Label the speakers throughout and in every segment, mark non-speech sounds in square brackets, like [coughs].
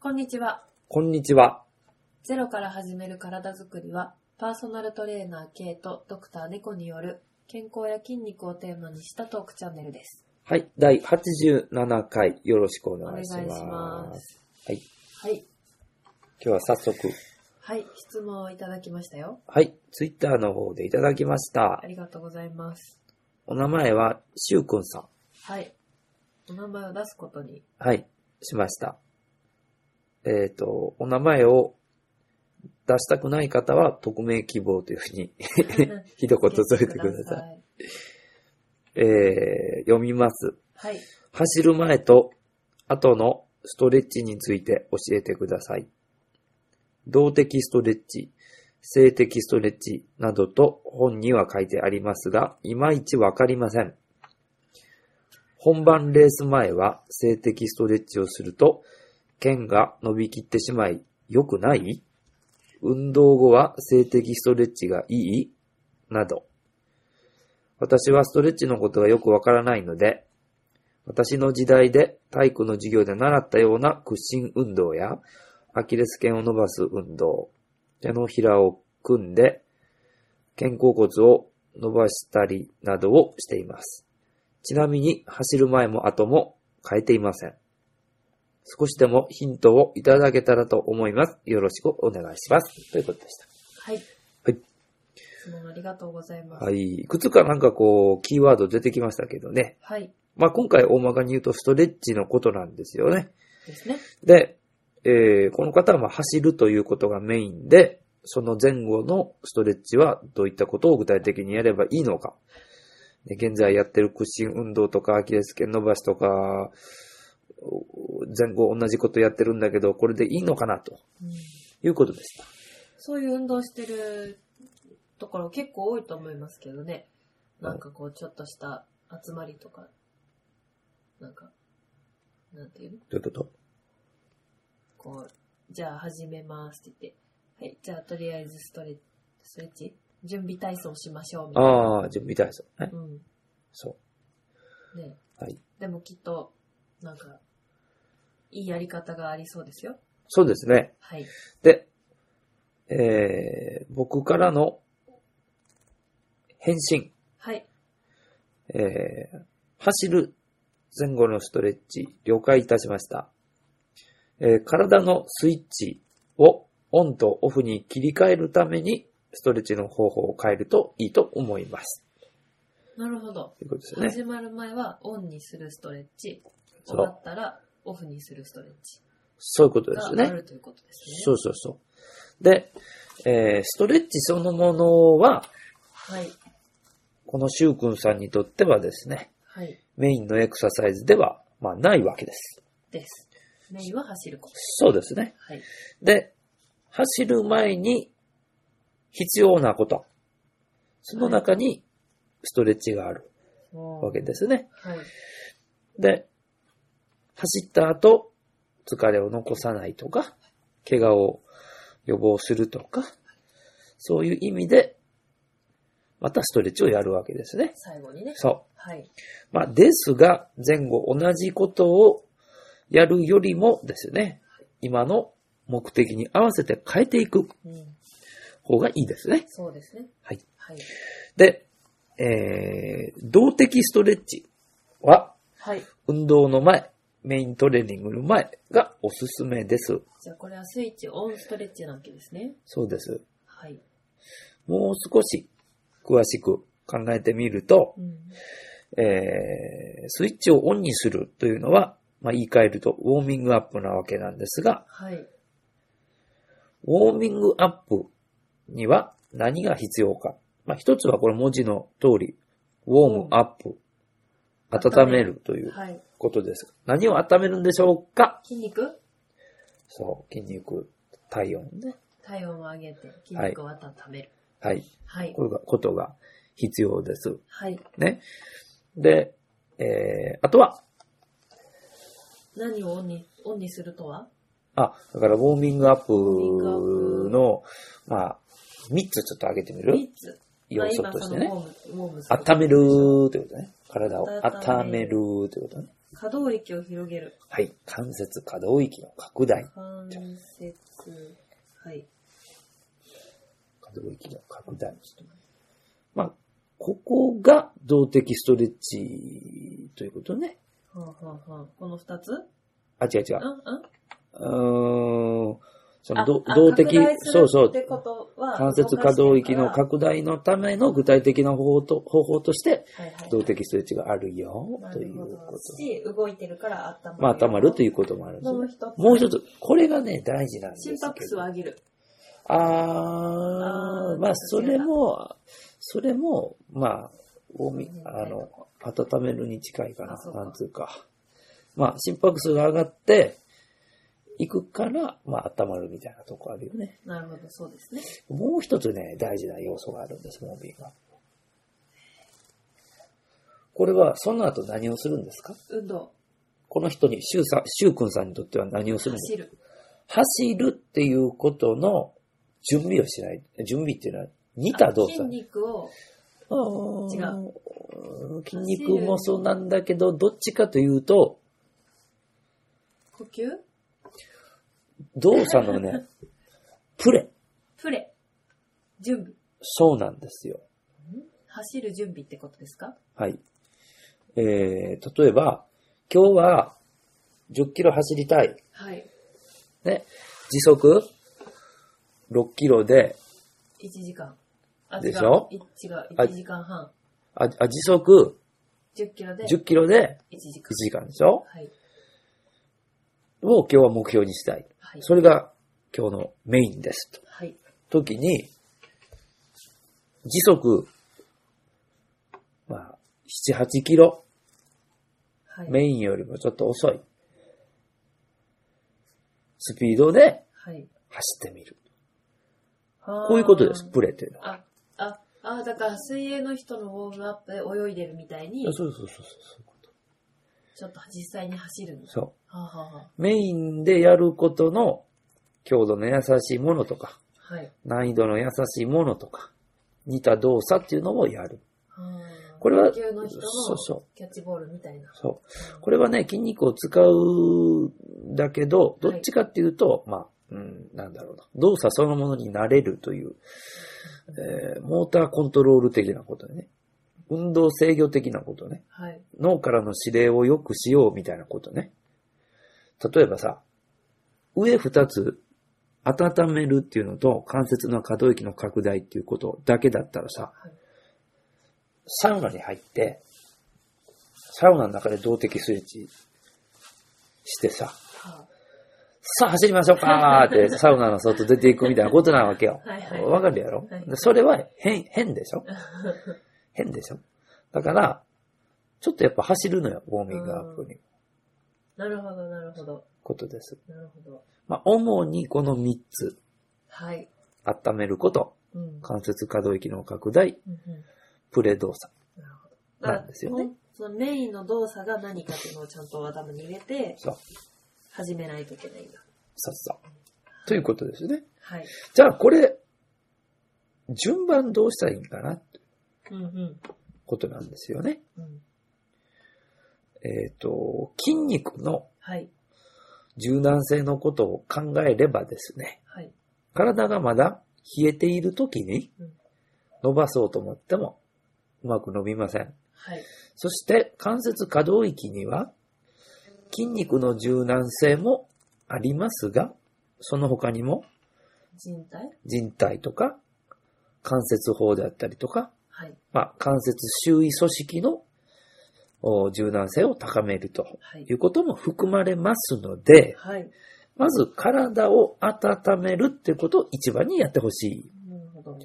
Speaker 1: こんにちは。
Speaker 2: こんにちは。
Speaker 1: ゼロから始める体づくりは、パーソナルトレーナー K とドクター猫による健康や筋肉をテーマにしたトークチャンネルです。
Speaker 2: はい。第87回、よろしくお
Speaker 1: お願
Speaker 2: 願
Speaker 1: い
Speaker 2: い
Speaker 1: し
Speaker 2: します。
Speaker 1: ます。
Speaker 2: はい。今
Speaker 1: はい。
Speaker 2: 日は早速、
Speaker 1: はい。質問をいただきましたよ。
Speaker 2: はい。ツイッターの方でいただきました
Speaker 1: あ。りがとうございます。
Speaker 2: お名前は、しゅうくんさん。
Speaker 1: はい。お名前を出すこと
Speaker 2: [laughs]
Speaker 1: に。
Speaker 2: はい。しました。えっ、と、お名前を出したくない方は、匿名希望というふうに、 [laughs] 一言添えてください。
Speaker 1: い。
Speaker 2: えー、読みます。
Speaker 1: はい。
Speaker 2: 走る前と後のストレッチについて教えてください。動的ストレッチ、性的ストレッチなどと本には書いてありますが、いまいちわかりません。本番レース前は性的ストレッチをすると、腱が伸びきってしまい、良くない運動後は性的ストレッチがいいなど。私はストレッチのことがよくわからないので、私の時代で体育の授業で習ったような屈伸運動や、アキレス腱を伸ばす運動、手のひらを組んで、肩甲骨を伸ばしたりなどをしています。ちなみに走る前も後も変えていません。少しでもヒントをいただけたらと思います。よろしくお願いします。ということでした。
Speaker 1: はい。
Speaker 2: はい。
Speaker 1: 質問ありがとうございます。
Speaker 2: はい。いくつかなんかこう、キーワード出てきましたけどね。
Speaker 1: はい。
Speaker 2: まあ、今回大まかに言うとストレッチのことなんですよね。
Speaker 1: ですね。
Speaker 2: で、えーこの方はまあ走るということがメインで、その前後のストレッチはどういったことを具体的にやればいいのか。で現在やってる屈伸運動とか、アキレス腱伸ばしとか、お前後同じことやってるんだけど、これでいいのかなと
Speaker 1: うん
Speaker 2: いうことでした。
Speaker 1: そういう運動してるところ結構多いと思いますけどね。なんかこう、ちょっとした集まりとか、なんか、なんていうの
Speaker 2: どういうこと
Speaker 1: こう、じゃあ始めますって言って、はい、じゃあとりあえずストレッチ、ストレッチ準備体操しましょうみたいな。
Speaker 2: ああ、準備体操ね。
Speaker 1: う
Speaker 2: そ
Speaker 1: ん。ね
Speaker 2: う。はい。
Speaker 1: でもきっと、なんか、いいやり方がありそうですよ。
Speaker 2: そうですね。
Speaker 1: はい。
Speaker 2: で、えー僕からの返信、
Speaker 1: はい。
Speaker 2: えー走る前後のストレッチ、了解いたしました。えー体のスイッチをオンとオフに切り替えるために、ストレッチの方法を変えるといいと思います。
Speaker 1: なるほど。
Speaker 2: ということですよね。
Speaker 1: 始まる前はオンにするストレッチ、
Speaker 2: そ
Speaker 1: 終わ
Speaker 2: う。
Speaker 1: ったらオフにするストレッチ
Speaker 2: そういうことで
Speaker 1: が
Speaker 2: す
Speaker 1: あ
Speaker 2: ね。
Speaker 1: るということですね。
Speaker 2: そうそうそう。で、えーストレッチそのものは、
Speaker 1: はい。
Speaker 2: このしゅうくんさんにとってはですね、
Speaker 1: はい。
Speaker 2: メインのエクササイズでは、まあ、ないわけです。
Speaker 1: です。メインは走ること。
Speaker 2: そうですね。
Speaker 1: はい。
Speaker 2: で、走る前に必要なこと。その中にストレッチがあるわ
Speaker 1: わ
Speaker 2: けですね。
Speaker 1: はい。
Speaker 2: で、走った後、疲れを残さないとか、怪我を予防するとか、そういう意味で、またストレッチをやるわけですね。
Speaker 1: 最後にね。
Speaker 2: そう。
Speaker 1: はい。
Speaker 2: まあ、ですが、前後同じことをやるよりもですね、今の目的に合わせて変えていく
Speaker 1: うん。
Speaker 2: 方がいいですね。
Speaker 1: そうですね。
Speaker 2: はい。
Speaker 1: はい。
Speaker 2: で、えー、動的ストレッチは、
Speaker 1: はい。
Speaker 2: 運動の前、メイントレーニングの前がおすすめです。
Speaker 1: じゃあこれはスイッチオンストレッチなわけですね。
Speaker 2: そうです。
Speaker 1: はい。
Speaker 2: もう少し詳しく考えてみると、
Speaker 1: うん。
Speaker 2: えー、スイッチをオンにするというのは、まあ、言い換えるとウォーミングアップなわけなんですが、
Speaker 1: はい。
Speaker 2: ウォーミングアップには何が必要か。まあ、一つはこれ文字の通り、ウォームアップ、
Speaker 1: 温
Speaker 2: 温
Speaker 1: め
Speaker 2: め
Speaker 1: る
Speaker 2: るという
Speaker 1: はい。
Speaker 2: ことです。何を温めるんでしょうか
Speaker 1: 筋肉
Speaker 2: そう、筋肉、体温ね。
Speaker 1: 体温を上げて筋肉を温める。
Speaker 2: はい。
Speaker 1: はい。
Speaker 2: こういうことが必要です。
Speaker 1: はい。
Speaker 2: ね。で、えー、あとは、
Speaker 1: 何をオンに、オンにするとは
Speaker 2: あ、だからウォーミングアッ
Speaker 1: ミングアッ
Speaker 2: プの、まあ、3つちょっと上げてみる
Speaker 1: ?3 つ。まあ
Speaker 2: 要素
Speaker 1: 今
Speaker 2: とし
Speaker 1: そ
Speaker 2: て
Speaker 1: の
Speaker 2: ね
Speaker 1: ウォ。ーム、ウォームする
Speaker 2: 温めるってことね。体を
Speaker 1: 温
Speaker 2: 温
Speaker 1: め
Speaker 2: め
Speaker 1: る
Speaker 2: るってことね。
Speaker 1: 可動域を広げる。
Speaker 2: はい。関節可動域の拡大。
Speaker 1: 関節、はい。
Speaker 2: 可動域の拡大。まあ、ここが動的ストレッチということね。
Speaker 1: はあ、はあはあ、この二つ
Speaker 2: あ、違う違
Speaker 1: う
Speaker 2: う。
Speaker 1: んうん
Speaker 2: うーん。その
Speaker 1: あ
Speaker 2: 動
Speaker 1: あ
Speaker 2: 動的
Speaker 1: 拡大、する
Speaker 2: そうそう
Speaker 1: って。ことは
Speaker 2: 関節可動域の
Speaker 1: 動か
Speaker 2: 拡大のための具体的な方法と方法とし
Speaker 1: してる
Speaker 2: て、
Speaker 1: からはいはい
Speaker 2: 動的ストレッチがあるよ、
Speaker 1: な
Speaker 2: とい
Speaker 1: る
Speaker 2: う
Speaker 1: ほど。
Speaker 2: こと。
Speaker 1: し、動いてるから温まる。。
Speaker 2: まあ、たまるといううこともあるんです
Speaker 1: もう
Speaker 2: ね
Speaker 1: 一つ。
Speaker 2: もう一つ、これがね、大事なんですけ
Speaker 1: 心
Speaker 2: ど。
Speaker 1: 拍数を上げる。
Speaker 2: あ
Speaker 1: あー
Speaker 2: ー、まあ、そ
Speaker 1: そうだ
Speaker 2: れも、それも、まあ、おみ
Speaker 1: うん
Speaker 2: あの、温めるに近いかな
Speaker 1: あそ、うか
Speaker 2: なんつうか。まあ、心拍数が上がって、いくから、まあ、温まるみたいなとこあるよね。
Speaker 1: なるほど、そうですね。
Speaker 2: もう一つね、大事な要素があるんです、モービーが。これは、その後何をするんですか
Speaker 1: 運動、
Speaker 2: この人に、シュウさん、シュウ君さんにとっては何をするんですか
Speaker 1: 走る。
Speaker 2: 走るっていうことの準備をしない。準備っていうのは似た動
Speaker 1: あ
Speaker 2: 作。
Speaker 1: 筋肉を、
Speaker 2: う
Speaker 1: 違
Speaker 2: ーん筋肉もそうなんだけど、どっちかというと、
Speaker 1: 呼吸
Speaker 2: 動作のね、プレ。
Speaker 1: プレ。準備。
Speaker 2: そうなんですよ。
Speaker 1: 走る準備ってことですか
Speaker 2: はい。えー、例えば、今日は10キロ走りたい。
Speaker 1: はい。
Speaker 2: ね。時速6キロで、
Speaker 1: 1時間。あ
Speaker 2: でしょ
Speaker 1: 違う。い違う。
Speaker 2: あ
Speaker 1: 1時間半。
Speaker 2: あ、あ時速
Speaker 1: 10キロで1
Speaker 2: 10キロで
Speaker 1: 時間
Speaker 2: 9。時間でしょ
Speaker 1: はい。
Speaker 2: を今日は目標にしたい。
Speaker 1: はい。
Speaker 2: それが今日のメインですと。
Speaker 1: はい。
Speaker 2: 時に、時速、まあ、7、8キロ、
Speaker 1: はい。
Speaker 2: メインよりもちょっと遅い。スピードで
Speaker 1: はい。
Speaker 2: 走ってみる。
Speaker 1: こ
Speaker 2: こういうことです、プレーっていうのは。
Speaker 1: あ、あ、あ、だから水泳の人のウォームアップで泳いでるみたいに、
Speaker 2: そうそうそうそうそう。
Speaker 1: ちょっと実際に走るんです。
Speaker 2: そ
Speaker 1: はあ、はあは
Speaker 2: う。メインでやることの強度の優しいものとか、
Speaker 1: あ、はい。
Speaker 2: 難易度の優しいものとか、似た動作っていうのをやる。
Speaker 1: はあ
Speaker 2: これは
Speaker 1: 野球の人
Speaker 2: そう
Speaker 1: の
Speaker 2: そ
Speaker 1: キャッチボールみたいな。
Speaker 2: そう。これはね、筋肉を使うんだけど、どっちかっていうと、まあ、うん、なんだろうな。動作そのものに慣れるという、えーモーターコントロール的なことね。運動制御的なことね。
Speaker 1: はい。
Speaker 2: 脳からの指令を良くしようみたいなことね。例えばさ、上二つ温めるっていうのと関節の可動域の拡大っていうことだけだったらさ
Speaker 1: はい、
Speaker 2: サウナに入って、サウナの中で動的スイッチしてさ、
Speaker 1: は
Speaker 2: さあ走りましょうかーってサウナの外出ていくみたいなことなわけよ。
Speaker 1: はいはい
Speaker 2: わかるやろ、
Speaker 1: はい
Speaker 2: でそれは変、変で
Speaker 1: [laughs]
Speaker 2: しょ
Speaker 1: あ
Speaker 2: 変でしょだから、ちょっとやっぱ走るのよ、ウォーミングアップに。
Speaker 1: なるほど、なるほど。
Speaker 2: ことです。
Speaker 1: なるほど。
Speaker 2: まあ、主にこの3つ。
Speaker 1: はい。
Speaker 2: 温めること、
Speaker 1: うん。
Speaker 2: 関節可動域の拡大、
Speaker 1: うんうん
Speaker 2: プレ動作。
Speaker 1: なるほど。
Speaker 2: なんですよね
Speaker 1: だからそのメインの動作が何かっていうのをちゃんと頭に入れて
Speaker 2: そう、
Speaker 1: 始めないといけないんだ。
Speaker 2: そうそう。ということですね。
Speaker 1: はい。
Speaker 2: じゃあ、これ、順番どうしたらいいんかなって
Speaker 1: うんうん。
Speaker 2: ことなんですよね。
Speaker 1: うん、
Speaker 2: えっ、と、筋肉の
Speaker 1: はい。
Speaker 2: 柔軟性のことを考えればですね、
Speaker 1: はい。
Speaker 2: 体がまだ冷えている時に
Speaker 1: うん
Speaker 2: 伸ばそうと思ってもうまく伸びません。
Speaker 1: はい。
Speaker 2: そして関節可動域には筋肉の柔軟性もありますが、その他にも
Speaker 1: 人体
Speaker 2: 人体とか関節法であったりとか、
Speaker 1: はい。
Speaker 2: まあ、関節周囲組織のお柔軟性を高めると
Speaker 1: はい
Speaker 2: い。うことも含まれますので、
Speaker 1: はい。
Speaker 2: まず体を温めるっていうことを一番にやってほしい
Speaker 1: なるほど。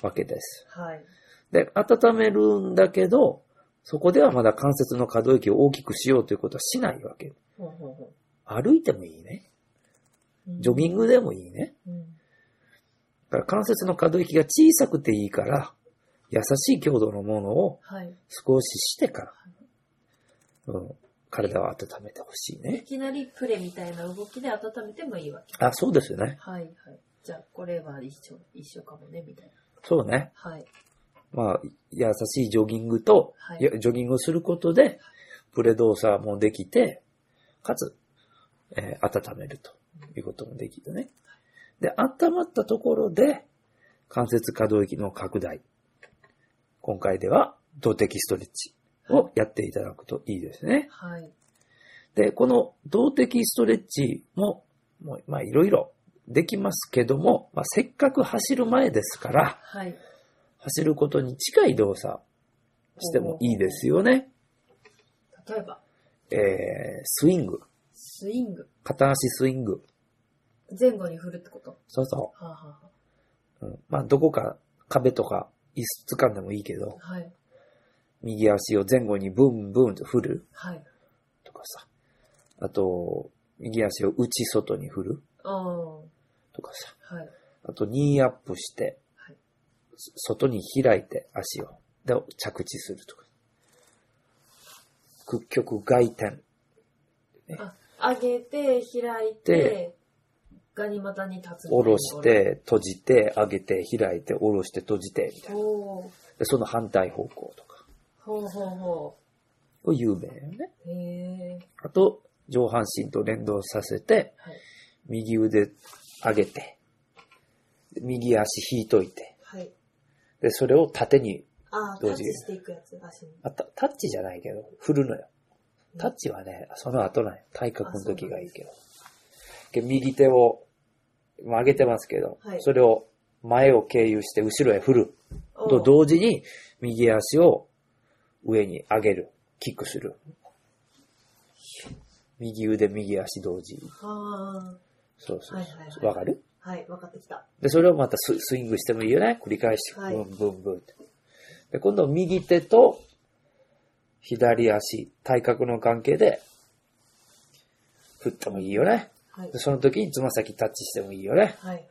Speaker 2: わけです。
Speaker 1: はい。
Speaker 2: で、温めるんだけど、そこではまだ関節の可動域を大きくしようということはしないわけ。
Speaker 1: ほうほうほ
Speaker 2: 歩いてもいいね。
Speaker 1: う。
Speaker 2: ジョギングでもいいね。
Speaker 1: うん。
Speaker 2: だから関節の可動域が小さくていいから、優しい強度のものを
Speaker 1: はい。
Speaker 2: 少ししてから、うん、体を温めてほしい
Speaker 1: い
Speaker 2: ね。
Speaker 1: きなりプレみたいな動きで温めてもいいわけ。
Speaker 2: あ、そうですよね。
Speaker 1: はいはい。じゃあ、これは一緒、一緒かもね、みたいな。
Speaker 2: そうね。
Speaker 1: はい。
Speaker 2: まあ、優しいジョギングと、
Speaker 1: はい
Speaker 2: いやジョギングをすることで、プレ動作もできて、かつ、えー温めるということもできるね。で、温まったところで、関節可動域の拡大。今回では、動的ストレッチをやっていただくといいですね。
Speaker 1: はい。
Speaker 2: で、この動的ストレッチも、もう、まあ、いろいろできますけども、まあ、せっかく走る前ですから、
Speaker 1: はい。
Speaker 2: 走ることに近い動作してもいいですよね。
Speaker 1: 例えば、
Speaker 2: えー、スイング。
Speaker 1: スイング。
Speaker 2: 片足スイング。
Speaker 1: 前後に振るってこと。
Speaker 2: そうそ
Speaker 1: はあ、はあは
Speaker 2: う。うん、まあ、どこか壁とか椅子掴んでもいいけど、
Speaker 1: あ、はい。
Speaker 2: 右足を前後にブンブンと振る
Speaker 1: はい。
Speaker 2: とかさ。あと、右足を内外に振る
Speaker 1: ああ、は
Speaker 2: とかさ。
Speaker 1: い。
Speaker 2: あと、ニーアップして
Speaker 1: はい、
Speaker 2: そ外に開いて足を。で、着地するとか。屈曲外転。
Speaker 1: 上げて、開いて
Speaker 2: で、
Speaker 1: ガニ股に立つ。
Speaker 2: 下ろし。て、閉じて、上げて、開いて、下ろして、閉じて、みたいな。
Speaker 1: ほう。
Speaker 2: で、その反対方向とか。
Speaker 1: ほうほうほ
Speaker 2: これ有名よね。
Speaker 1: う。へえ。
Speaker 2: あと、上半身と連動させて、
Speaker 1: はい。
Speaker 2: 右腕上げて、右足引いといて、
Speaker 1: はい。
Speaker 2: で、それを縦に、
Speaker 1: ああ、タ
Speaker 2: 同
Speaker 1: ッ
Speaker 2: 時
Speaker 1: チしていくやつ、足に。
Speaker 2: あたタッチじゃないけど、振るのよ。タッチはね、その後なんよ体格の時がいいけど。で右手を、まあ上げてますけど、
Speaker 1: はい
Speaker 2: それを前を経由して後ろへ振る。
Speaker 1: おう
Speaker 2: と同時に、右足を上に上げる。キックする。右腕、右足同時。
Speaker 1: は
Speaker 2: そうそうそう。
Speaker 1: はいはいはい
Speaker 2: わかる
Speaker 1: あ。はい、わかってきた。
Speaker 2: で、それをまたススイングしてもいいよね。繰り返して、
Speaker 1: はい
Speaker 2: ブンブンブンって。で、今度右手と左足、体格の関係で、振ってもいいよね。
Speaker 1: はい
Speaker 2: で、。その時につま先タッチしてもいいよね。
Speaker 1: はい。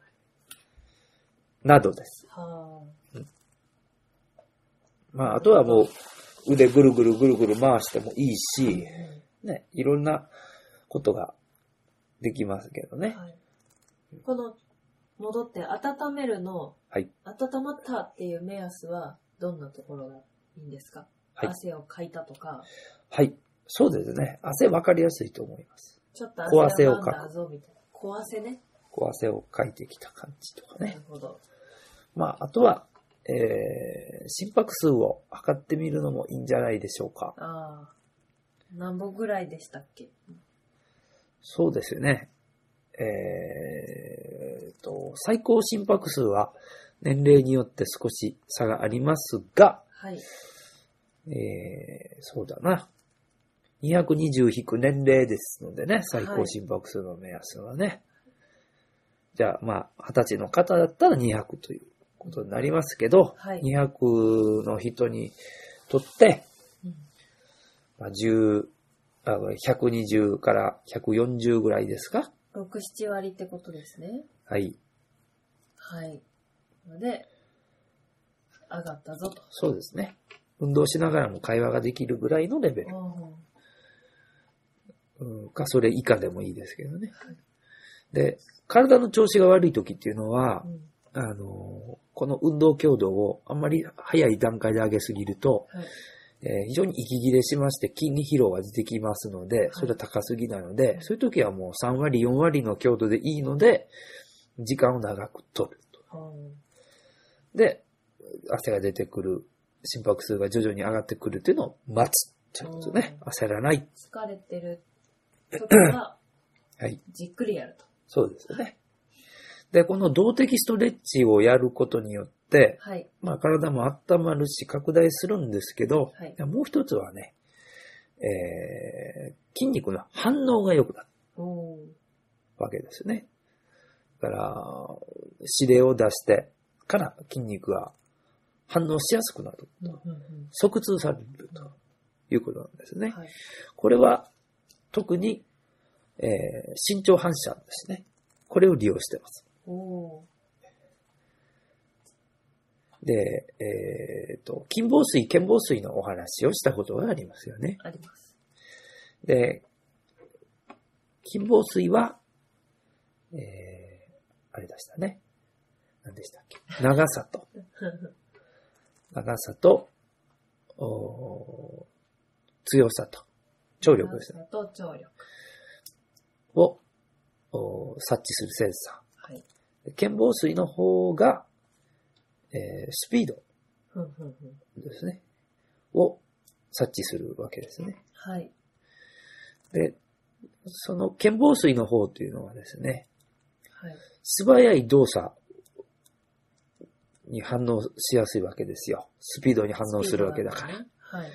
Speaker 2: などです。
Speaker 1: は
Speaker 2: まあ、あとはもう、腕ぐるぐるぐるぐる回してもいい
Speaker 1: あ。
Speaker 2: し、ね、いろんなことができますけどね。
Speaker 1: はい。この、戻って温めるの、
Speaker 2: はい
Speaker 1: 温まったっていう目安は、どんなところがいいんですか、
Speaker 2: はい
Speaker 1: 汗をかいたとか、
Speaker 2: はい。そうですね。汗分かりやすいと思います。
Speaker 1: ちょっと
Speaker 2: 小
Speaker 1: 汗
Speaker 2: 汗
Speaker 1: を
Speaker 2: を
Speaker 1: か
Speaker 2: かく
Speaker 1: んだぞ、みたいな。小汗ね。
Speaker 2: こう汗をかいてきた感じとか
Speaker 1: な
Speaker 2: ね
Speaker 1: る。ほど。
Speaker 2: まあ、あとは、えー、心拍数を測ってみるのもいいんじゃないでしょうか。
Speaker 1: ああ。何本ぐらいでしたっけ
Speaker 2: そうですね。えー、と、最高心拍数は年齢によって少し差がありますが、
Speaker 1: はい。
Speaker 2: えー、そうだな。220引く年齢ですのでね、最高心拍数の目安はね。じゃあ、まあ、20歳の方だったら200ということになりますけど、
Speaker 1: はい
Speaker 2: 200の人にとって、
Speaker 1: うん
Speaker 2: まあ、10あ、これ120から140ぐらいですか
Speaker 1: 6、7割ってことですね。
Speaker 2: はい。
Speaker 1: はい。ので、上がったぞと。
Speaker 2: そうですね。運動しながらも会話ができるぐらいのレベル。
Speaker 1: おー
Speaker 2: うんか、それ以下でもいいですけどね。で、体の調子が悪い時っていうのは
Speaker 1: う、ん
Speaker 2: あのー、この運動強度をあんまり早い段階で上げすぎると、
Speaker 1: はい。
Speaker 2: えー非常に息切れしまして筋に疲労が出てきますので、それは高すぎなので、そういう時はもう3割、4割の強度でいいので、時間を長くとると。
Speaker 1: おー
Speaker 2: で、汗が出てくる、心拍数が徐々に上がってくるっていうのを待つということね。焦らない。
Speaker 1: 疲れてる時 [coughs] は、
Speaker 2: はい。
Speaker 1: じっくりやると。
Speaker 2: そうですよね。で、この動的ストレッチをやることによって、
Speaker 1: はい。
Speaker 2: まあ体も温まるし拡大するんですけど、
Speaker 1: はい
Speaker 2: もう一つはね、えー、筋肉の反応が良くなる
Speaker 1: おー
Speaker 2: わけですね。だから、指令を出してから筋肉が反応しやすくなる。
Speaker 1: うんうん
Speaker 2: 即通されるということなんです
Speaker 1: うん
Speaker 2: ね。
Speaker 1: はい。
Speaker 2: これは特に、えー、身長反射ですね。これを利用してます。
Speaker 1: おー
Speaker 2: で、えっ、と、金防水、健防水のお話をしたことがありますよね。
Speaker 1: あり [laughs] ます。
Speaker 2: で、金防水は、えー、あれでしたね。何でしたっけ。長さと、長さと、おー強さと、聴力ですね。
Speaker 1: ね。と聴力。
Speaker 2: をお察知するセンサ
Speaker 1: はい。
Speaker 2: ー。で健忘水の方が、えースピード
Speaker 1: ふんふんふん。
Speaker 2: ですね。を察知するわけですね。
Speaker 1: はい。
Speaker 2: で、その健忘水の方というのはですね、
Speaker 1: はい。
Speaker 2: 素早い動作に反応しやすいわけですよ。スピードに反応するわけだ
Speaker 1: スピ
Speaker 2: から。
Speaker 1: ードだね。はい。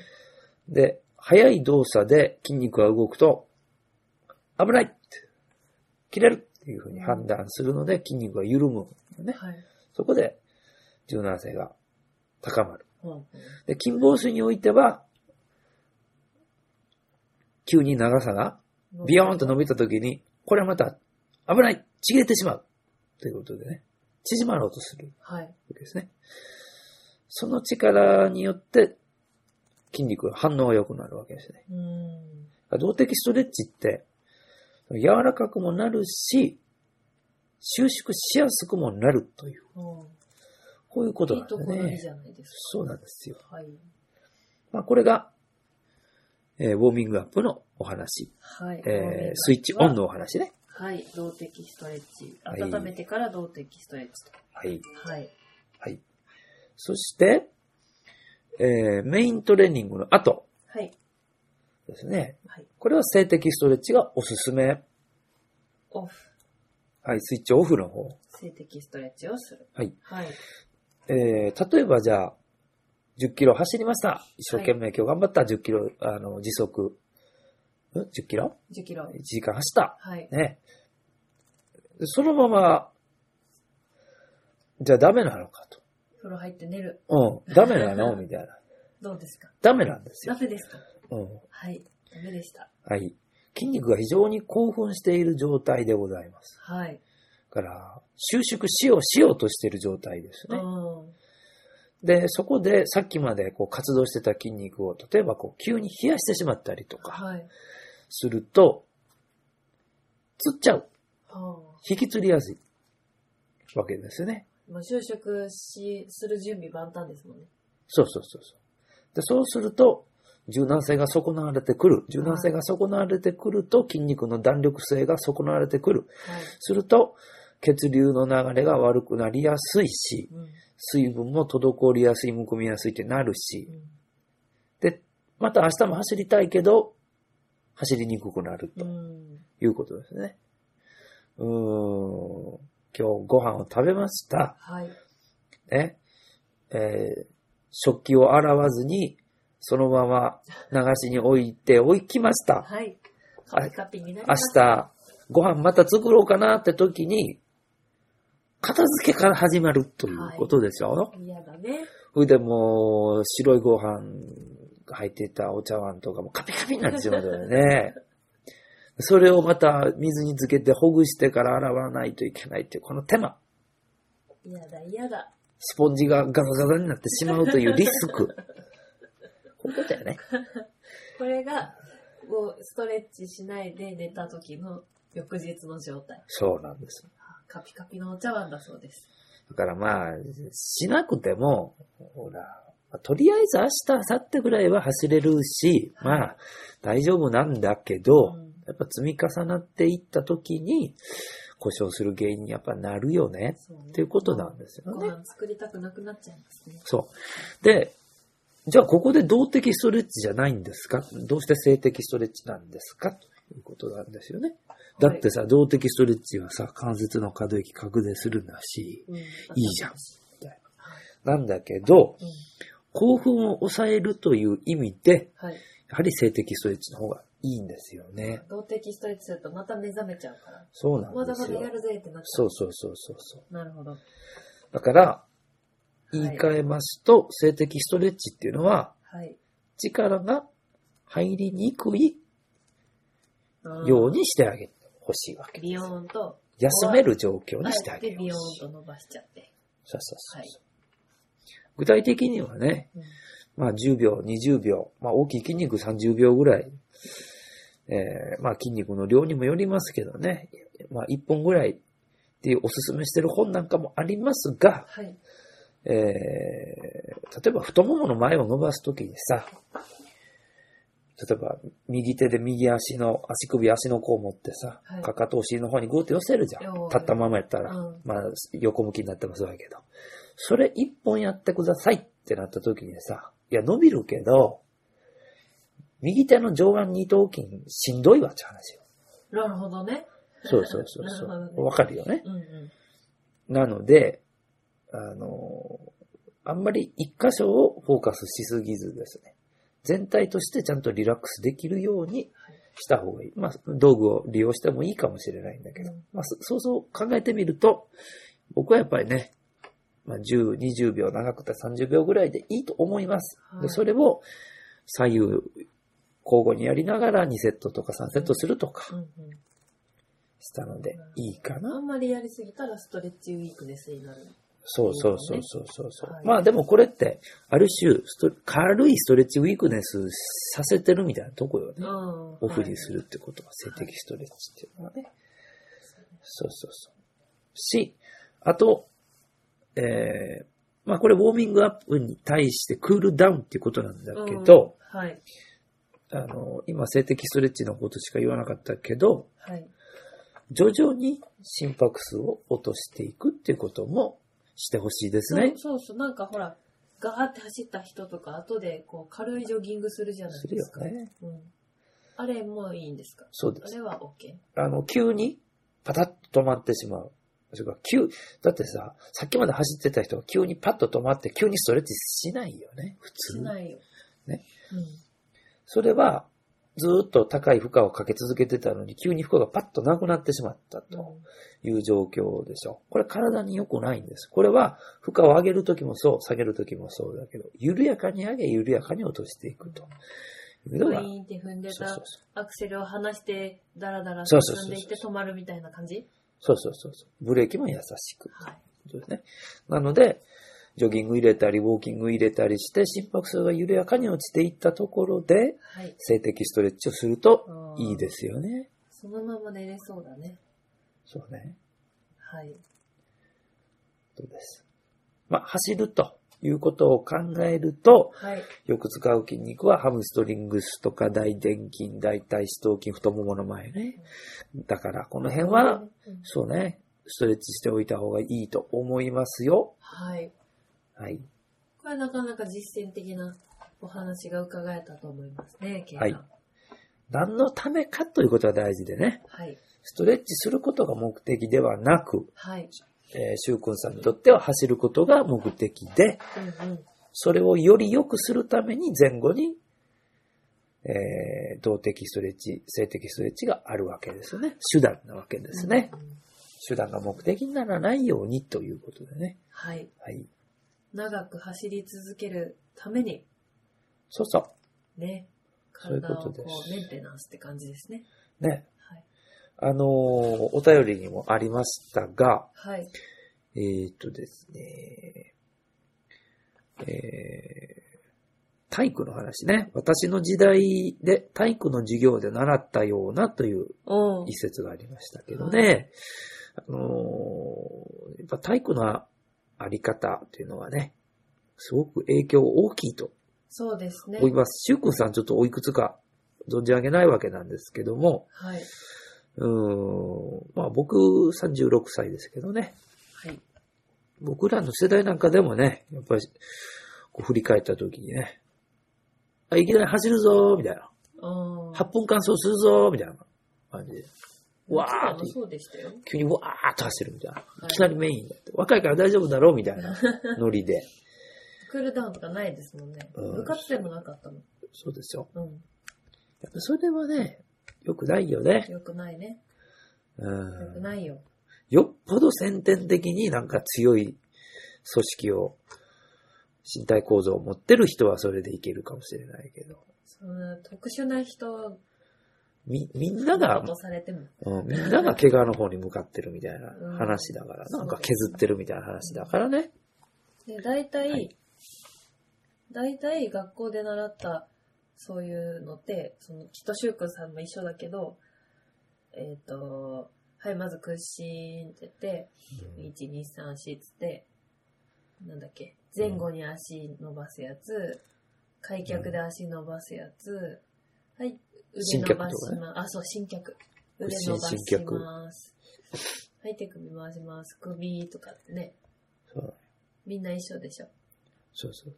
Speaker 2: で、速い動作で筋肉が動くと、危ない切れるっていうふうに判断するので、筋肉が緩むのね。
Speaker 1: はい。
Speaker 2: そこで、柔軟性が高まる。
Speaker 1: ほんほん
Speaker 2: で、筋房水においては、急に長さがビヨーンと伸びた時に、これはまた危ないちぎれてしまうということでね、縮まろうとする
Speaker 1: はい。
Speaker 2: わけですね。その力によって、筋肉の反応が良くなるわけですね。
Speaker 1: うーん。
Speaker 2: 動的ストレッチって、柔らかくもなるし、収縮しやすくもなるという、
Speaker 1: ほ
Speaker 2: こういうこ
Speaker 1: う
Speaker 2: と
Speaker 1: いいと
Speaker 2: なん
Speaker 1: こ
Speaker 2: で
Speaker 1: ろいい
Speaker 2: ね
Speaker 1: じ。ゃないですか。
Speaker 2: そうなんですよ。
Speaker 1: はい。
Speaker 2: まあ、これが、えーウォーミングアップのお話、
Speaker 1: はい。
Speaker 2: えースイッチオンのお話ね。
Speaker 1: はい。動的ストレッチ。
Speaker 2: はい
Speaker 1: 温めてから動的ストレッチと。
Speaker 2: はい。
Speaker 1: はい。
Speaker 2: はい。そして、えーメイントレーニングの後
Speaker 1: はい。
Speaker 2: ですね。
Speaker 1: はい。
Speaker 2: これは性的ストレッチがおすすめ。
Speaker 1: オフ。
Speaker 2: はい、スイッチオフの方。
Speaker 1: 性的ストレッチをする。
Speaker 2: はい。
Speaker 1: はい。
Speaker 2: えー例えばじゃあ、10キロ走りました。一生懸命今日頑張った。10キロ、あの、時速、ん ?10 キロ
Speaker 1: 10キロ
Speaker 2: ?1。時間走った。
Speaker 1: はい。
Speaker 2: ね。そのまま、じゃあダメなのかと。
Speaker 1: 風呂入って寝る。
Speaker 2: うん、ダメなのみたいな。
Speaker 1: どうですか
Speaker 2: ダメなんです
Speaker 1: ダ
Speaker 2: よ。
Speaker 1: メですか
Speaker 2: うん。
Speaker 1: はい。ダメでした。
Speaker 2: はい。筋肉が非常に興奮している状態でございます。
Speaker 1: はい。
Speaker 2: だから、収縮しようしようとしている状態です
Speaker 1: う
Speaker 2: ね。
Speaker 1: ん。
Speaker 2: で、そこでさっきまでこう活動してた筋肉を、例えばこう急に冷やしてしまったりとか
Speaker 1: はい。
Speaker 2: すると、つっちゃう。
Speaker 1: は
Speaker 2: 引きつりやすいわけですよね。
Speaker 1: あ。もう就職し、する準備万端ですもんね。
Speaker 2: そうそうそうそう。で、そうすると、柔軟性が損なわれてくる。柔軟性が損なわれてくると、筋肉の弾力性が損なわれてくる。
Speaker 1: はい。
Speaker 2: すると、血流の流れが悪くなりやすいし、
Speaker 1: うん。
Speaker 2: 水分も滞りやすい、むくみやすいってなるし
Speaker 1: う、ん
Speaker 2: で、また明日も走りたいけど、走りにくくなる
Speaker 1: う
Speaker 2: と
Speaker 1: ん。
Speaker 2: いうことですね。うーん。今日ご飯を食べました。
Speaker 1: はい。
Speaker 2: ね。えー食器を洗わずに、そのまま流しに置いておきました。
Speaker 1: はい。カピカピになり
Speaker 2: 明
Speaker 1: ます。
Speaker 2: 日、ご飯また作ろうかなって時に、片付けから始まるということでしょ、
Speaker 1: 嫌だね。
Speaker 2: それでもう、白いご飯が入ってたお茶碗とかもカピカピになってしまうんだよね。 [laughs] それをまた水につけてほぐしてから洗わないといけないっていう、この手間。
Speaker 1: 嫌だ、嫌だ。
Speaker 2: スポンジがガザガザになってしまうというリスク。 [laughs] こういうことだよね。
Speaker 1: これが、もうストレッチしないで寝た時の翌日の状態。
Speaker 2: そうなんです。
Speaker 1: カピカピのお茶碗だそうです。
Speaker 2: だからまあ、しなくても、ほら、まあとりあえず明日、明後日ぐらいは走れるし、まあ、大丈夫なんだけど、
Speaker 1: うん
Speaker 2: やっぱ積み重なっていった時に、故障する原因にやっぱなるよね、
Speaker 1: そう
Speaker 2: っていうことなんですよ
Speaker 1: ご
Speaker 2: ね。
Speaker 1: 飯作りたくなくなっちゃいますね。
Speaker 2: そう。で、じゃあここで動的ストレッチじゃないんですかどうして性的ストレッチなんですかということなんですよね。だってさ、動的ストレッチはさ、関節の可動域拡大するんだし、
Speaker 1: い
Speaker 2: いいじゃん。なんだけど、
Speaker 1: うん
Speaker 2: 興奮を抑えるという意味で、
Speaker 1: はい。
Speaker 2: やはり性的ストレッチの方がいいんですよね。
Speaker 1: 動的ストレッチするとまた目覚めちゃうから。
Speaker 2: そうな
Speaker 1: ま
Speaker 2: んで
Speaker 1: だますだ
Speaker 2: よ
Speaker 1: や。るぜってなっちゃ。
Speaker 2: そううそうそうそうそう。
Speaker 1: なるほど。
Speaker 2: だから、
Speaker 1: い
Speaker 2: 言い換えますと、性的ストレッチっていうのは、
Speaker 1: はい。
Speaker 2: 力が入りにくい
Speaker 1: うん
Speaker 2: ようにしてあげてほしいわけ。
Speaker 1: ビヨーンと、
Speaker 2: 休める状況にして
Speaker 1: は
Speaker 2: あ
Speaker 1: い
Speaker 2: げ
Speaker 1: で
Speaker 2: て
Speaker 1: ビ
Speaker 2: ほ
Speaker 1: ヨー
Speaker 2: しい。
Speaker 1: ンと伸ばしちゃって。
Speaker 2: そうそうそうそう、
Speaker 1: はい
Speaker 2: 具体的にはね、
Speaker 1: うん
Speaker 2: まあ10秒、20秒、まあ大きい筋肉30秒ぐらい、えー、まあ筋肉の量にもよりますけどね、まあ1本ぐらいっていうおすすめしてる本なんかもありますが、
Speaker 1: はい。
Speaker 2: えー、例えば太ももの前を伸ばすときにさ、例えば、右手で右足の、足首、足の甲を持ってさ、
Speaker 1: はい
Speaker 2: かかとお尻の方にグーって寄せるじゃん。
Speaker 1: 両方
Speaker 2: 立ったままやったら、
Speaker 1: うん
Speaker 2: まあ、横向きになってもそうやけど。それ一本やってくださいってなった時にさ、いや、伸びるけど、右手の上腕二頭筋しんどいわって話よ。
Speaker 1: なるほどね。
Speaker 2: そうそうそうそ
Speaker 1: なるほど
Speaker 2: う。
Speaker 1: ね
Speaker 2: わ、かるよね。
Speaker 1: うんう
Speaker 2: なので、あの、あんまり一箇所をフォーカスしすぎずですね。全体としてちゃんとリラックスできるようにした方がいい。まあ、道具を利用してもいいかもしれないんだけど
Speaker 1: うん。
Speaker 2: まあ、そそうそう考えてみると、僕はやっぱりね、まあ、10、20秒、長くて30秒ぐらいでいいと思います。
Speaker 1: はい
Speaker 2: でそれを左右、交互にやりながら2セットとか3セットするとか
Speaker 1: ん。うんうん
Speaker 2: したので、いいかな
Speaker 1: あんまりやりすぎたらストレッチウィークネスになる。
Speaker 2: そうそうそうそうそうそう、
Speaker 1: はい
Speaker 2: まあでもこれって、ある種スト、軽いストレッチウィークネスさせてるみたいなとこよね。
Speaker 1: ん
Speaker 2: オフにするってことは、性的ストレッチっていうのはね。そうそうそう。し、あと、えー、まあこれウォーミングアップに対してクールダウンっていうことなんだけど、、
Speaker 1: はいうん
Speaker 2: あの、今性的ストレッチのことしか言わなかったけど、
Speaker 1: はい。はい。
Speaker 2: 徐々に心拍数を落としていくっていうこともしてほしいですね。
Speaker 1: そうそうそう、なんかほら、ガーって走った人とか、後でこう軽いジョギングするじゃな
Speaker 2: す
Speaker 1: い
Speaker 2: る
Speaker 1: で
Speaker 2: よ
Speaker 1: すか。
Speaker 2: ね。
Speaker 1: うん。あれもいいんですか
Speaker 2: そうで
Speaker 1: あ
Speaker 2: す。
Speaker 1: れは OK。
Speaker 2: あの、急にパタッと止まってしまう。それから急、だってさ、さっきまで走ってた人が急にパッと止まって急にストレッチしないよね、普通。
Speaker 1: しないよ。
Speaker 2: ね。
Speaker 1: うん。
Speaker 2: それは、ずーっと高い負荷をかけ続けてたのに、急に負荷がパッとなくなってしまったという状況でしょう。これ体に良くないんです。これは、負荷を上げるときもそう、下げるときもそうだけど、緩やかに上げ、緩やかに落としていくというの
Speaker 1: ブイ
Speaker 2: が、
Speaker 1: ーンって踏んで
Speaker 2: そうそう
Speaker 1: た
Speaker 2: そう
Speaker 1: アクセルを離して、ダラダラ
Speaker 2: そうそうそう
Speaker 1: 進んでいって止まるみたいな感じ
Speaker 2: そうそうそうそう。ブレーキも優しく。
Speaker 1: はい。
Speaker 2: そうですね。なので、ジョギング入れたり、ウォーキング入れたりして、心拍数が緩やかに落ちていったところで、
Speaker 1: はい。
Speaker 2: 性的ストレッチをすると
Speaker 1: あー
Speaker 2: いいですよね。
Speaker 1: そのまま寝れそうだね。
Speaker 2: そうね。
Speaker 1: はい。
Speaker 2: そうです。まあ、走るということを考えると、
Speaker 1: はい。
Speaker 2: よく使う筋肉はハムストリングスとか大臀筋、大腿四頭筋、太ももの前ね。だから、この辺は、
Speaker 1: うん
Speaker 2: そうね、ストレッチしておいた方がいいと思いますよ。
Speaker 1: はい。
Speaker 2: はい。
Speaker 1: これなかなか実践的なお話が伺えたと思いますね、ケイ
Speaker 2: はい何のためかということは大事でね。
Speaker 1: はい。
Speaker 2: ストレッチすることが目的ではなく、
Speaker 1: はい。
Speaker 2: えー、シュウ君さんにとっては走ることが目的で、
Speaker 1: うんうん。
Speaker 2: それをより良くするために前後に、えー、動的ストレッチ、性的ストレッチがあるわけですよね。手段なわけですね。
Speaker 1: うんうん。
Speaker 2: 手段が目的にならないようにということでね。
Speaker 1: はい。
Speaker 2: はい。
Speaker 1: 長く走り続けるために、
Speaker 2: そうそ
Speaker 1: ね。
Speaker 2: そういう
Speaker 1: 体
Speaker 2: こ
Speaker 1: をこ
Speaker 2: とです
Speaker 1: うメンテナンスって感じですね。
Speaker 2: う。ね。
Speaker 1: はい。
Speaker 2: あのーお便りにもありましたが、
Speaker 1: はい。
Speaker 2: えー、っとですね、えー、体育の話ね。私の時代で体育の授業で習ったようなという
Speaker 1: お
Speaker 2: 一節がありましたけどね、あのーやっぱ体育のあり方というのはね、すごく影響大きいと
Speaker 1: そうですね
Speaker 2: 思。います。シュウ君さんちょっとおいくつか存じ上げないわけなんですけども、
Speaker 1: はい。
Speaker 2: うーん、まあ僕36歳ですけどね、
Speaker 1: はい。
Speaker 2: 僕らの世代なんかでもね、やっぱり、こう振り返った時にね、あ、いきなり走るぞーみたいな。
Speaker 1: あ
Speaker 2: 8分間走するぞーみたいな感じで。わーって
Speaker 1: そうでしたよ。
Speaker 2: 急にわーっと走るみたいな。いきなりメインだって。若いから大丈夫だろうみたい [laughs] なノリで。
Speaker 1: クールダウンとかないですもんね。
Speaker 2: うん
Speaker 1: 部活でもなかったもん。
Speaker 2: そうですよ。
Speaker 1: うん。
Speaker 2: やっぱそれはね、良くないよね。
Speaker 1: よくないね。
Speaker 2: う
Speaker 1: よく
Speaker 2: ん。
Speaker 1: ないよ。
Speaker 2: よっぽど先天的になんか強い組織を、身体構造を持ってる人はそれでいけるかもしれないけど。
Speaker 1: その特殊な人
Speaker 2: み、みんなが
Speaker 1: 落、とされても。
Speaker 2: うん、みんなが怪我の方に向かってるみたいな話だから、
Speaker 1: うん
Speaker 2: なんか削ってるみたいな話だからね。
Speaker 1: で、大体、
Speaker 2: はい
Speaker 1: 大体学校で習ったそういうのって、その、きっとしゅうくんさんも一緒だけど、えっ、と、はい、まず屈伸って言って、1、2、3、4つって、なんだっけ、前後に足伸ばすやつ、開脚で足伸ばすやつ、はい。腕
Speaker 2: 新
Speaker 1: 伸
Speaker 2: 脚
Speaker 1: ば
Speaker 2: と
Speaker 1: し
Speaker 2: かね
Speaker 1: ます。あ、そう、新脚。腕
Speaker 2: 屈
Speaker 1: 伸
Speaker 2: 伸
Speaker 1: ばし
Speaker 2: 新脚
Speaker 1: ます。はい、手首回します。首とかってね。
Speaker 2: そう
Speaker 1: みんな一緒でしょ。
Speaker 2: そうそう。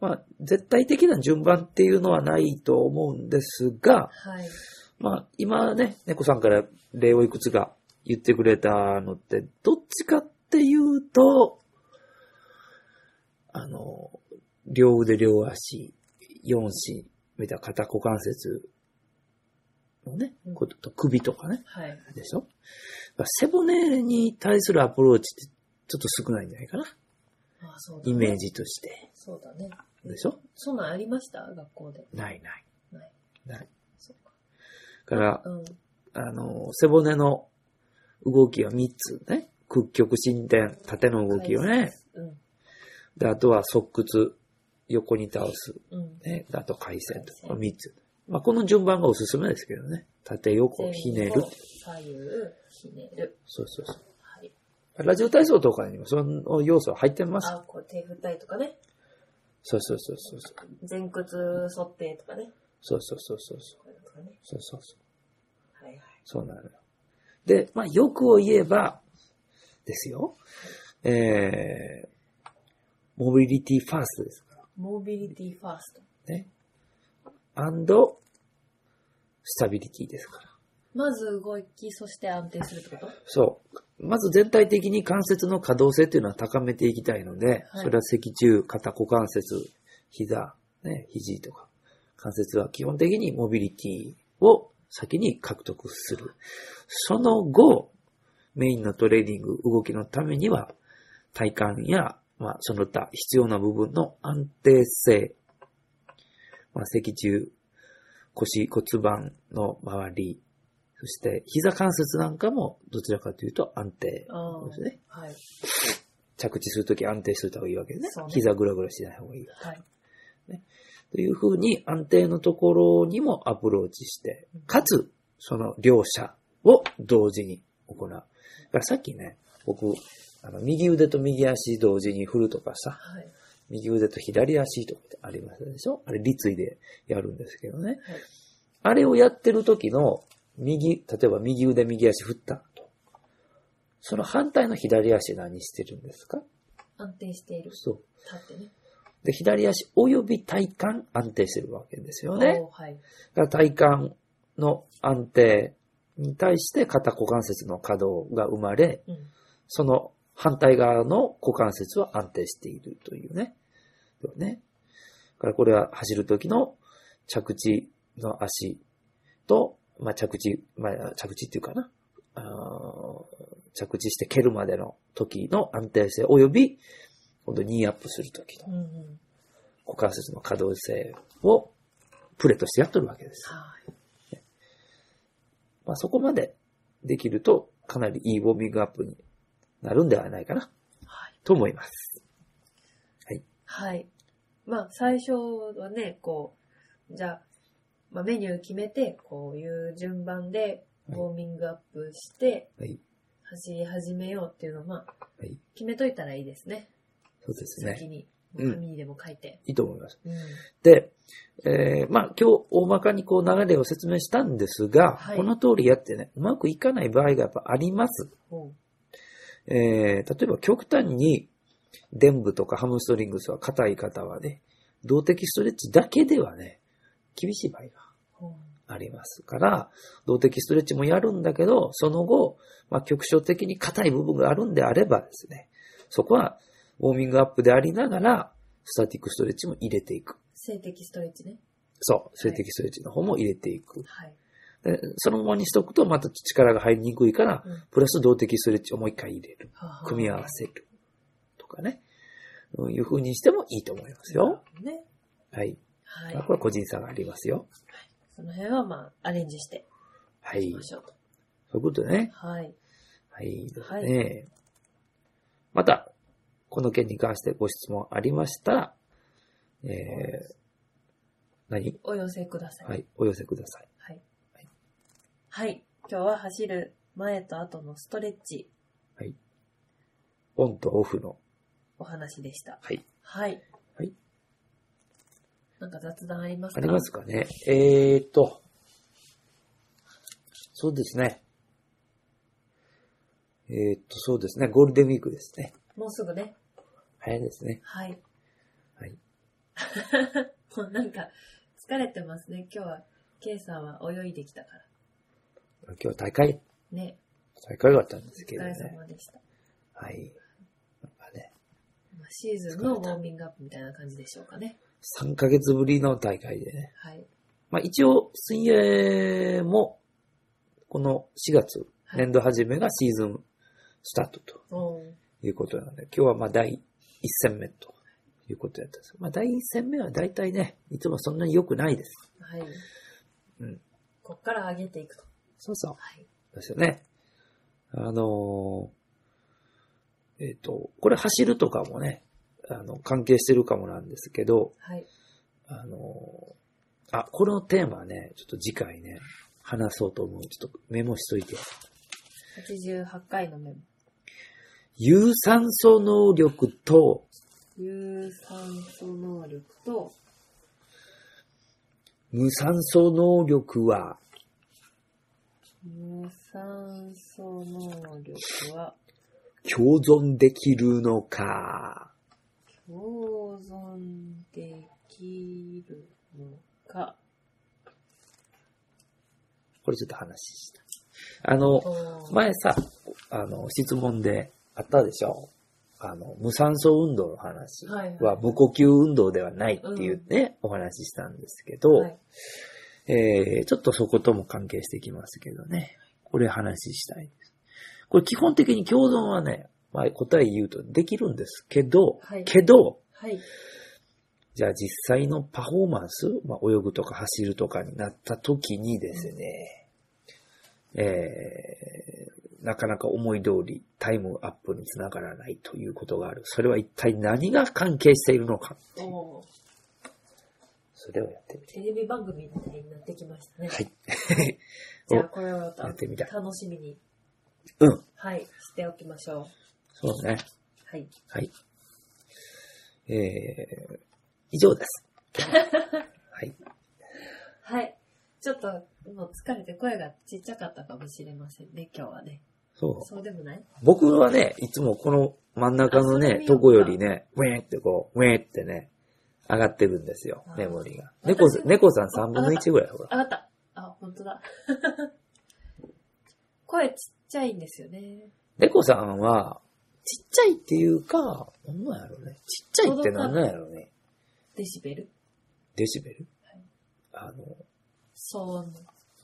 Speaker 2: まあ、絶対的な順番っていうのはないと思うんですが、
Speaker 1: はい。
Speaker 2: まあ、今ね、猫さんから例をいくつか言ってくれたのって、どっちかっていうと、あの、両腕両足、四肢、みたいな肩股関節のね
Speaker 1: うん、
Speaker 2: ことと首とかね、
Speaker 1: はい。
Speaker 2: でしょまあ背骨に対するアプローチってちょっと少ないんじゃないかな。
Speaker 1: あ、そうだ、ね。
Speaker 2: イメー。ジとして。
Speaker 1: そうだね。
Speaker 2: でしょ
Speaker 1: そんなんありました学校で。
Speaker 2: ないない。
Speaker 1: ない。
Speaker 2: ない。
Speaker 1: そうか。
Speaker 2: から、
Speaker 1: うん。
Speaker 2: あの、背骨の動きは3つね。屈曲伸展、縦の動きをね。。
Speaker 1: うん。
Speaker 2: で、あとは側屈、横に倒す。
Speaker 1: うん。
Speaker 2: ね。あと回旋と。
Speaker 1: 回
Speaker 2: 3つ。まあ、この順番がおすすめですけどね。縦横ひねる。
Speaker 1: 前後左右、ひねる。
Speaker 2: そうそうそ
Speaker 1: はい。
Speaker 2: う。ラジオ体操とかにもその要素は入ってます。
Speaker 1: あ、こう手振ったりとかね。
Speaker 2: そうそうそうそうそう。
Speaker 1: 前屈反ってとかね。
Speaker 2: そうそうそうそうそ
Speaker 1: こ
Speaker 2: う。
Speaker 1: ういうのとかね。
Speaker 2: そうそうそう。
Speaker 1: はいはい。
Speaker 2: そうなのよ。で、まあ、欲を言えば、ですよ。えー、モビリティファーストですか
Speaker 1: モビリティファースト。
Speaker 2: らね。アンド、スタビリティですから。
Speaker 1: まず動き、そして安定するってこと
Speaker 2: そう。まず全体的に関節の可動性っていうのは高めていきたいので、
Speaker 1: はい
Speaker 2: それは脊柱、肩股関節、膝、ね、肘とか、関節は基本的にモビリティを先に獲得する。その後、メインのトレーニング、動きのためには、体幹や、まあ、その他必要な部分の安定性、まあ、脊柱、腰、骨盤の周り、そして膝関節なんかもどちらかというと安定。
Speaker 1: あ
Speaker 2: そうですね。
Speaker 1: あ。はい。
Speaker 2: 着地するとき安定しといた方がいいわけですね。
Speaker 1: そうね
Speaker 2: 膝ぐらぐらしない方がいい。
Speaker 1: はい。
Speaker 2: というふうに安定のところにもアプローチして
Speaker 1: うん、
Speaker 2: かつ、その両者を同時に行う。だからさっきね、僕、あの、右腕と右足同時に振るとかさ、
Speaker 1: はい。
Speaker 2: 右腕と左足とかってありますでしょあれ、立位でやるんですけどね。
Speaker 1: はい
Speaker 2: あれをやってる時の、右、例えば右腕、右足振ったと。その反対の左足何してるんですか
Speaker 1: 安定している。
Speaker 2: そう。
Speaker 1: 立ってね。
Speaker 2: で、左足及び体幹安定してるわけですよね。
Speaker 1: おーはい。
Speaker 2: だから体幹の安定に対して肩股関節の可動が生まれ、
Speaker 1: うん。
Speaker 2: その反対側の股関節は安定しているというね。だよね。だからこれは走る時の着地の足と、まあ、着地、まあ、着地っていうかな。あー着地して蹴るまでの時の安定性及び、今度ニーアップする時
Speaker 1: う
Speaker 2: の
Speaker 1: んうん。
Speaker 2: 股関節の可動性をプレとしてやっとるわけです。
Speaker 1: はい。
Speaker 2: まあ、そこまでできると、かなりいいウォーミングアップになるんではないかな、
Speaker 1: はい。
Speaker 2: と思います。
Speaker 1: はい。まあ、最初はね、こう、じゃあ、まあ、メニュー決めて、こういう順番で、ウ
Speaker 2: はい
Speaker 1: ォーミングアップして、
Speaker 2: はい。
Speaker 1: 走り始めようっていうのは、まあ、
Speaker 2: はい。
Speaker 1: 決めといたらいいですね。
Speaker 2: そうです
Speaker 1: 先
Speaker 2: ね。
Speaker 1: に。
Speaker 2: うん
Speaker 1: 紙にでも書いて。
Speaker 2: いいと思います。
Speaker 1: うん。
Speaker 2: で、えー、まあ、今日大まかにこう流れを説明したんですが、
Speaker 1: はい
Speaker 2: この通りやってね、うまくいかない場合がやっぱあります。
Speaker 1: ほ
Speaker 2: えー、例えば極端に、臀部とかハムストリングスは硬い方はね、動的ストレッチだけではね、厳しい場合が
Speaker 1: う。ほう。
Speaker 2: ありますから、動的ストレッチもやるんだけど、その後、まあ、局所的に硬い部分があるんであればですね、そこはウォーミングアップでありながら、スタティックストレッチも入れていく。
Speaker 1: 性的ストレッチね。
Speaker 2: そう、静的ストレッチの方も入れていく。
Speaker 1: はい。
Speaker 2: でそのままにしとくと、また力が入りにくいから、
Speaker 1: うん。は
Speaker 2: プラス動的ストレッチをもう一回入れる。
Speaker 1: あはあ
Speaker 2: 組み合わせる。とかね。うんいう風にしてもいいと思いますよ。。
Speaker 1: ね。
Speaker 2: はい。
Speaker 1: はい
Speaker 2: まあ。これは個人差がありますよ。
Speaker 1: その辺はまあ、アレンジして
Speaker 2: はい。
Speaker 1: いき
Speaker 2: そ
Speaker 1: ましょうと。
Speaker 2: ういうことでね。
Speaker 1: はい。
Speaker 2: はい、です
Speaker 1: は
Speaker 2: ね。また、この件に関してご質問ありましたら、えー、何
Speaker 1: お寄せください。
Speaker 2: はい、お寄せください。
Speaker 1: はい。はい。今日は走る前と後のストレッチ
Speaker 2: オンとオフの。
Speaker 1: お話でした。
Speaker 2: はい。
Speaker 1: はい。なんか雑談ありますか
Speaker 2: ありますかね。えーっと、そうですね。えーっと、そうですね。ゴールデンウィークですね。
Speaker 1: もうすぐね。
Speaker 2: 早いですね。
Speaker 1: はい。
Speaker 2: はい。
Speaker 1: [laughs] もうなんか、疲れてますね。今日は、ケイさんは泳いできたから。
Speaker 2: 今日は大会、
Speaker 1: ね。
Speaker 2: 大会があったんです
Speaker 1: お
Speaker 2: け
Speaker 1: 疲
Speaker 2: ど
Speaker 1: れ
Speaker 2: ね。
Speaker 1: 様でした。
Speaker 2: はい。なんかね、
Speaker 1: まあシーズンのウォーミングアップみたいな感じでしょうかね。
Speaker 2: 3ヶ月ぶりの大会でね。
Speaker 1: はい。
Speaker 2: まあ一応、水泳も、この4月、
Speaker 1: はい
Speaker 2: 年度初めがシーズンスタートと
Speaker 1: おー
Speaker 2: いうことなので、今日はまあ第1戦目ということやったんですけどまあ第1戦目は大体ね、いつもそんなに良くないです。
Speaker 1: はい。
Speaker 2: うん。
Speaker 1: こっから上げていくと。
Speaker 2: そうそう。
Speaker 1: はい。
Speaker 2: ですよね。あのーえっ、と、これ走るとかもね、あの、関係してるかもなんですけど、
Speaker 1: はい。
Speaker 2: あのーあ、このテーマね、ちょっと次回ね、話そうと思う。ちょっとメモしといて。
Speaker 1: 88回のメモ。
Speaker 2: 有酸素能力と
Speaker 1: 有酸素能力と、
Speaker 2: 無酸素能力は、
Speaker 1: 無酸素能力は、
Speaker 2: 共存できるのか。
Speaker 1: 共存できるのか。
Speaker 2: これちょっと話した。あの、
Speaker 1: おー
Speaker 2: 前さ、あの、質問であったでしょあの、無酸素運動の話
Speaker 1: はいはい
Speaker 2: は無呼吸運動ではないっていうね、お話ししたんですけど、
Speaker 1: はい。
Speaker 2: えー、ちょっとそことも関係してきますけどね、これ話したいです。これ基本的に共存はね、まあ、答え言うとできるんですけど、
Speaker 1: はい
Speaker 2: けど、
Speaker 1: はい。
Speaker 2: じゃあ実際のパフォーマンス、まあ、泳ぐとか走るとかになった時にですね、えー、なかなか思い通りタイムアップにつながらないということがある。それは一体何が関係しているのかっていう。
Speaker 1: おー
Speaker 2: それをやってみて。
Speaker 1: テレビ番組みたいになってきましたね。
Speaker 2: はい。
Speaker 1: じゃあ、これをまた
Speaker 2: やってみたい
Speaker 1: 楽しみに、
Speaker 2: [laughs] うん。
Speaker 1: はい、しておきましょう。
Speaker 2: そうね。
Speaker 1: はい。
Speaker 2: はい。えー、以上 [laughs] です。はい。
Speaker 1: はい。ちょっと、もう疲れて声がちっちゃかったかもしれませんね、今日はね。
Speaker 2: そう。
Speaker 1: そうでもない
Speaker 2: 僕はね、いつもこの真ん中の
Speaker 1: あそう
Speaker 2: ね
Speaker 1: いう、
Speaker 2: とこよりね、ウェーってこう、ウェーってね、上がってるんですよ
Speaker 1: あ、ー
Speaker 2: メモリが。
Speaker 1: 私
Speaker 2: 猫さん、猫さん3分の1ぐらい、ほら。
Speaker 1: あわかった。あ、本当だ。 [laughs] 声ちっちゃいんですよね。
Speaker 2: 猫さんは、ちっちゃいっていうか、なんなんやろね。ちっちゃいってなんなんやろね。
Speaker 1: デシベル
Speaker 2: デシベルあの、
Speaker 1: 騒音の。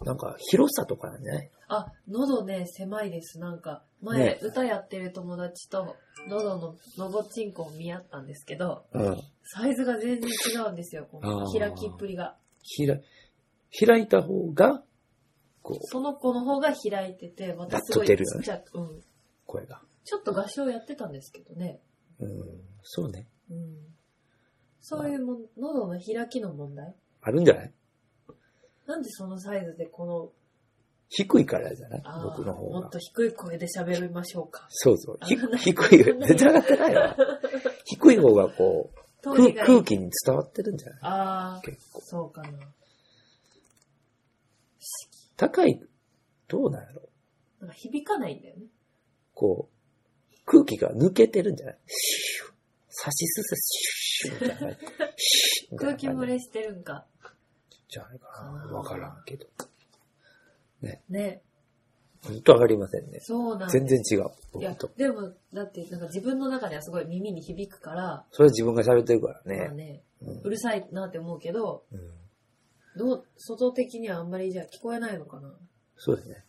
Speaker 2: なんか広さとかなんじゃない
Speaker 1: あ、喉ね、狭いです。なんか、前、
Speaker 2: ね
Speaker 1: 歌やってる友達と、喉の、のぼちんこを見合ったんですけど、
Speaker 2: うん。
Speaker 1: サイズが全然違うんですよ。こ
Speaker 2: あ
Speaker 1: う
Speaker 2: ー
Speaker 1: 開きっぷりが。
Speaker 2: ひら、開いた方が、こう、
Speaker 1: その子の方が開いてて、またすごい
Speaker 2: やっと
Speaker 1: ち
Speaker 2: 出るよ
Speaker 1: っ
Speaker 2: ね
Speaker 1: ちゃく、うん。
Speaker 2: 声が。
Speaker 1: ちょっと合唱やってたんですけどね。
Speaker 2: うん、そうね。
Speaker 1: うん。そういうもん、喉の開きの問題
Speaker 2: あるんじゃない
Speaker 1: なんでそのサイズでこの
Speaker 2: 低いからじゃない
Speaker 1: あー
Speaker 2: 僕の方
Speaker 1: も
Speaker 2: が
Speaker 1: っと。低い声で喋りましょうか。
Speaker 2: そうそう。ひ
Speaker 1: あんな
Speaker 2: 低いよ。絶対上がってないわ。低い方がこう、
Speaker 1: 当
Speaker 2: 空
Speaker 1: 時がいい
Speaker 2: 空気に伝わってるんじゃない
Speaker 1: ああ、
Speaker 2: 結構。
Speaker 1: そうかな。不思
Speaker 2: 高い、どうなんや
Speaker 1: 議
Speaker 2: ろ
Speaker 1: なんか響かないんだよね。
Speaker 2: こう、空気が抜けてるんじゃないシュッ差しすせ、シュッシュッみた
Speaker 1: [laughs]
Speaker 2: いな。シュッみた
Speaker 1: 空
Speaker 2: いな
Speaker 1: 気漏れしてるんか。
Speaker 2: じゃないかな。わからんけど。
Speaker 1: ね。
Speaker 2: ほんと上がりませんね。
Speaker 1: そうなんだ
Speaker 2: 全然違う。
Speaker 1: い
Speaker 2: 僕
Speaker 1: や
Speaker 2: と。、
Speaker 1: でも、だって、なんか自分の中ではすごい耳に響くから、
Speaker 2: それは自分が喋ってるから
Speaker 1: まあ
Speaker 2: ね。
Speaker 1: ね、
Speaker 2: うん
Speaker 1: うるさいなって思うけど、
Speaker 2: うん
Speaker 1: どう、外的にはあんまりじゃあ聞こえないのかな。
Speaker 2: そうですね。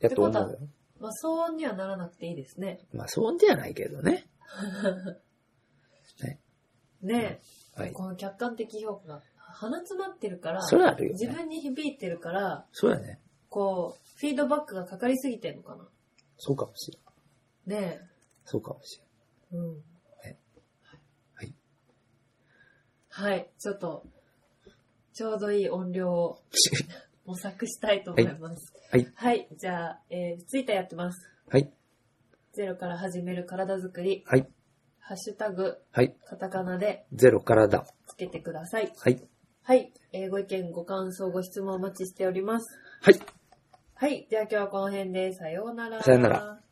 Speaker 2: やっと思うよ。
Speaker 1: まあ騒音にはならなくていいですね。
Speaker 2: まあ、そうじゃないけどね。
Speaker 1: ね、
Speaker 2: はい。
Speaker 1: この客観的評価が鼻詰まってるから、
Speaker 2: それはあるよ
Speaker 1: 自
Speaker 2: ね。
Speaker 1: 分に響いてるから、
Speaker 2: そうやね。
Speaker 1: こう、フィードバックがかかりすぎてるのかな。
Speaker 2: そうかもしれん。
Speaker 1: ね
Speaker 2: そうかもしれん。
Speaker 1: え。うん。
Speaker 2: えはい。
Speaker 1: はい。ちょっと、ちょうどいい音量を模索したいと思います。
Speaker 2: はい
Speaker 1: はい。じゃあ、えー、ツイッターやってます。
Speaker 2: はい。
Speaker 1: ゼロから始める体づくり、
Speaker 2: はい。
Speaker 1: ハッシュタグ、
Speaker 2: はい。
Speaker 1: カタカナで
Speaker 2: ゼロからだ。
Speaker 1: つけてください。
Speaker 2: はい。
Speaker 1: はい。えーご意見、ご感想、ご質問お待ちしております。
Speaker 2: はい。
Speaker 1: はい。じゃあ今日はこの辺で、さようなら。
Speaker 2: さようなら。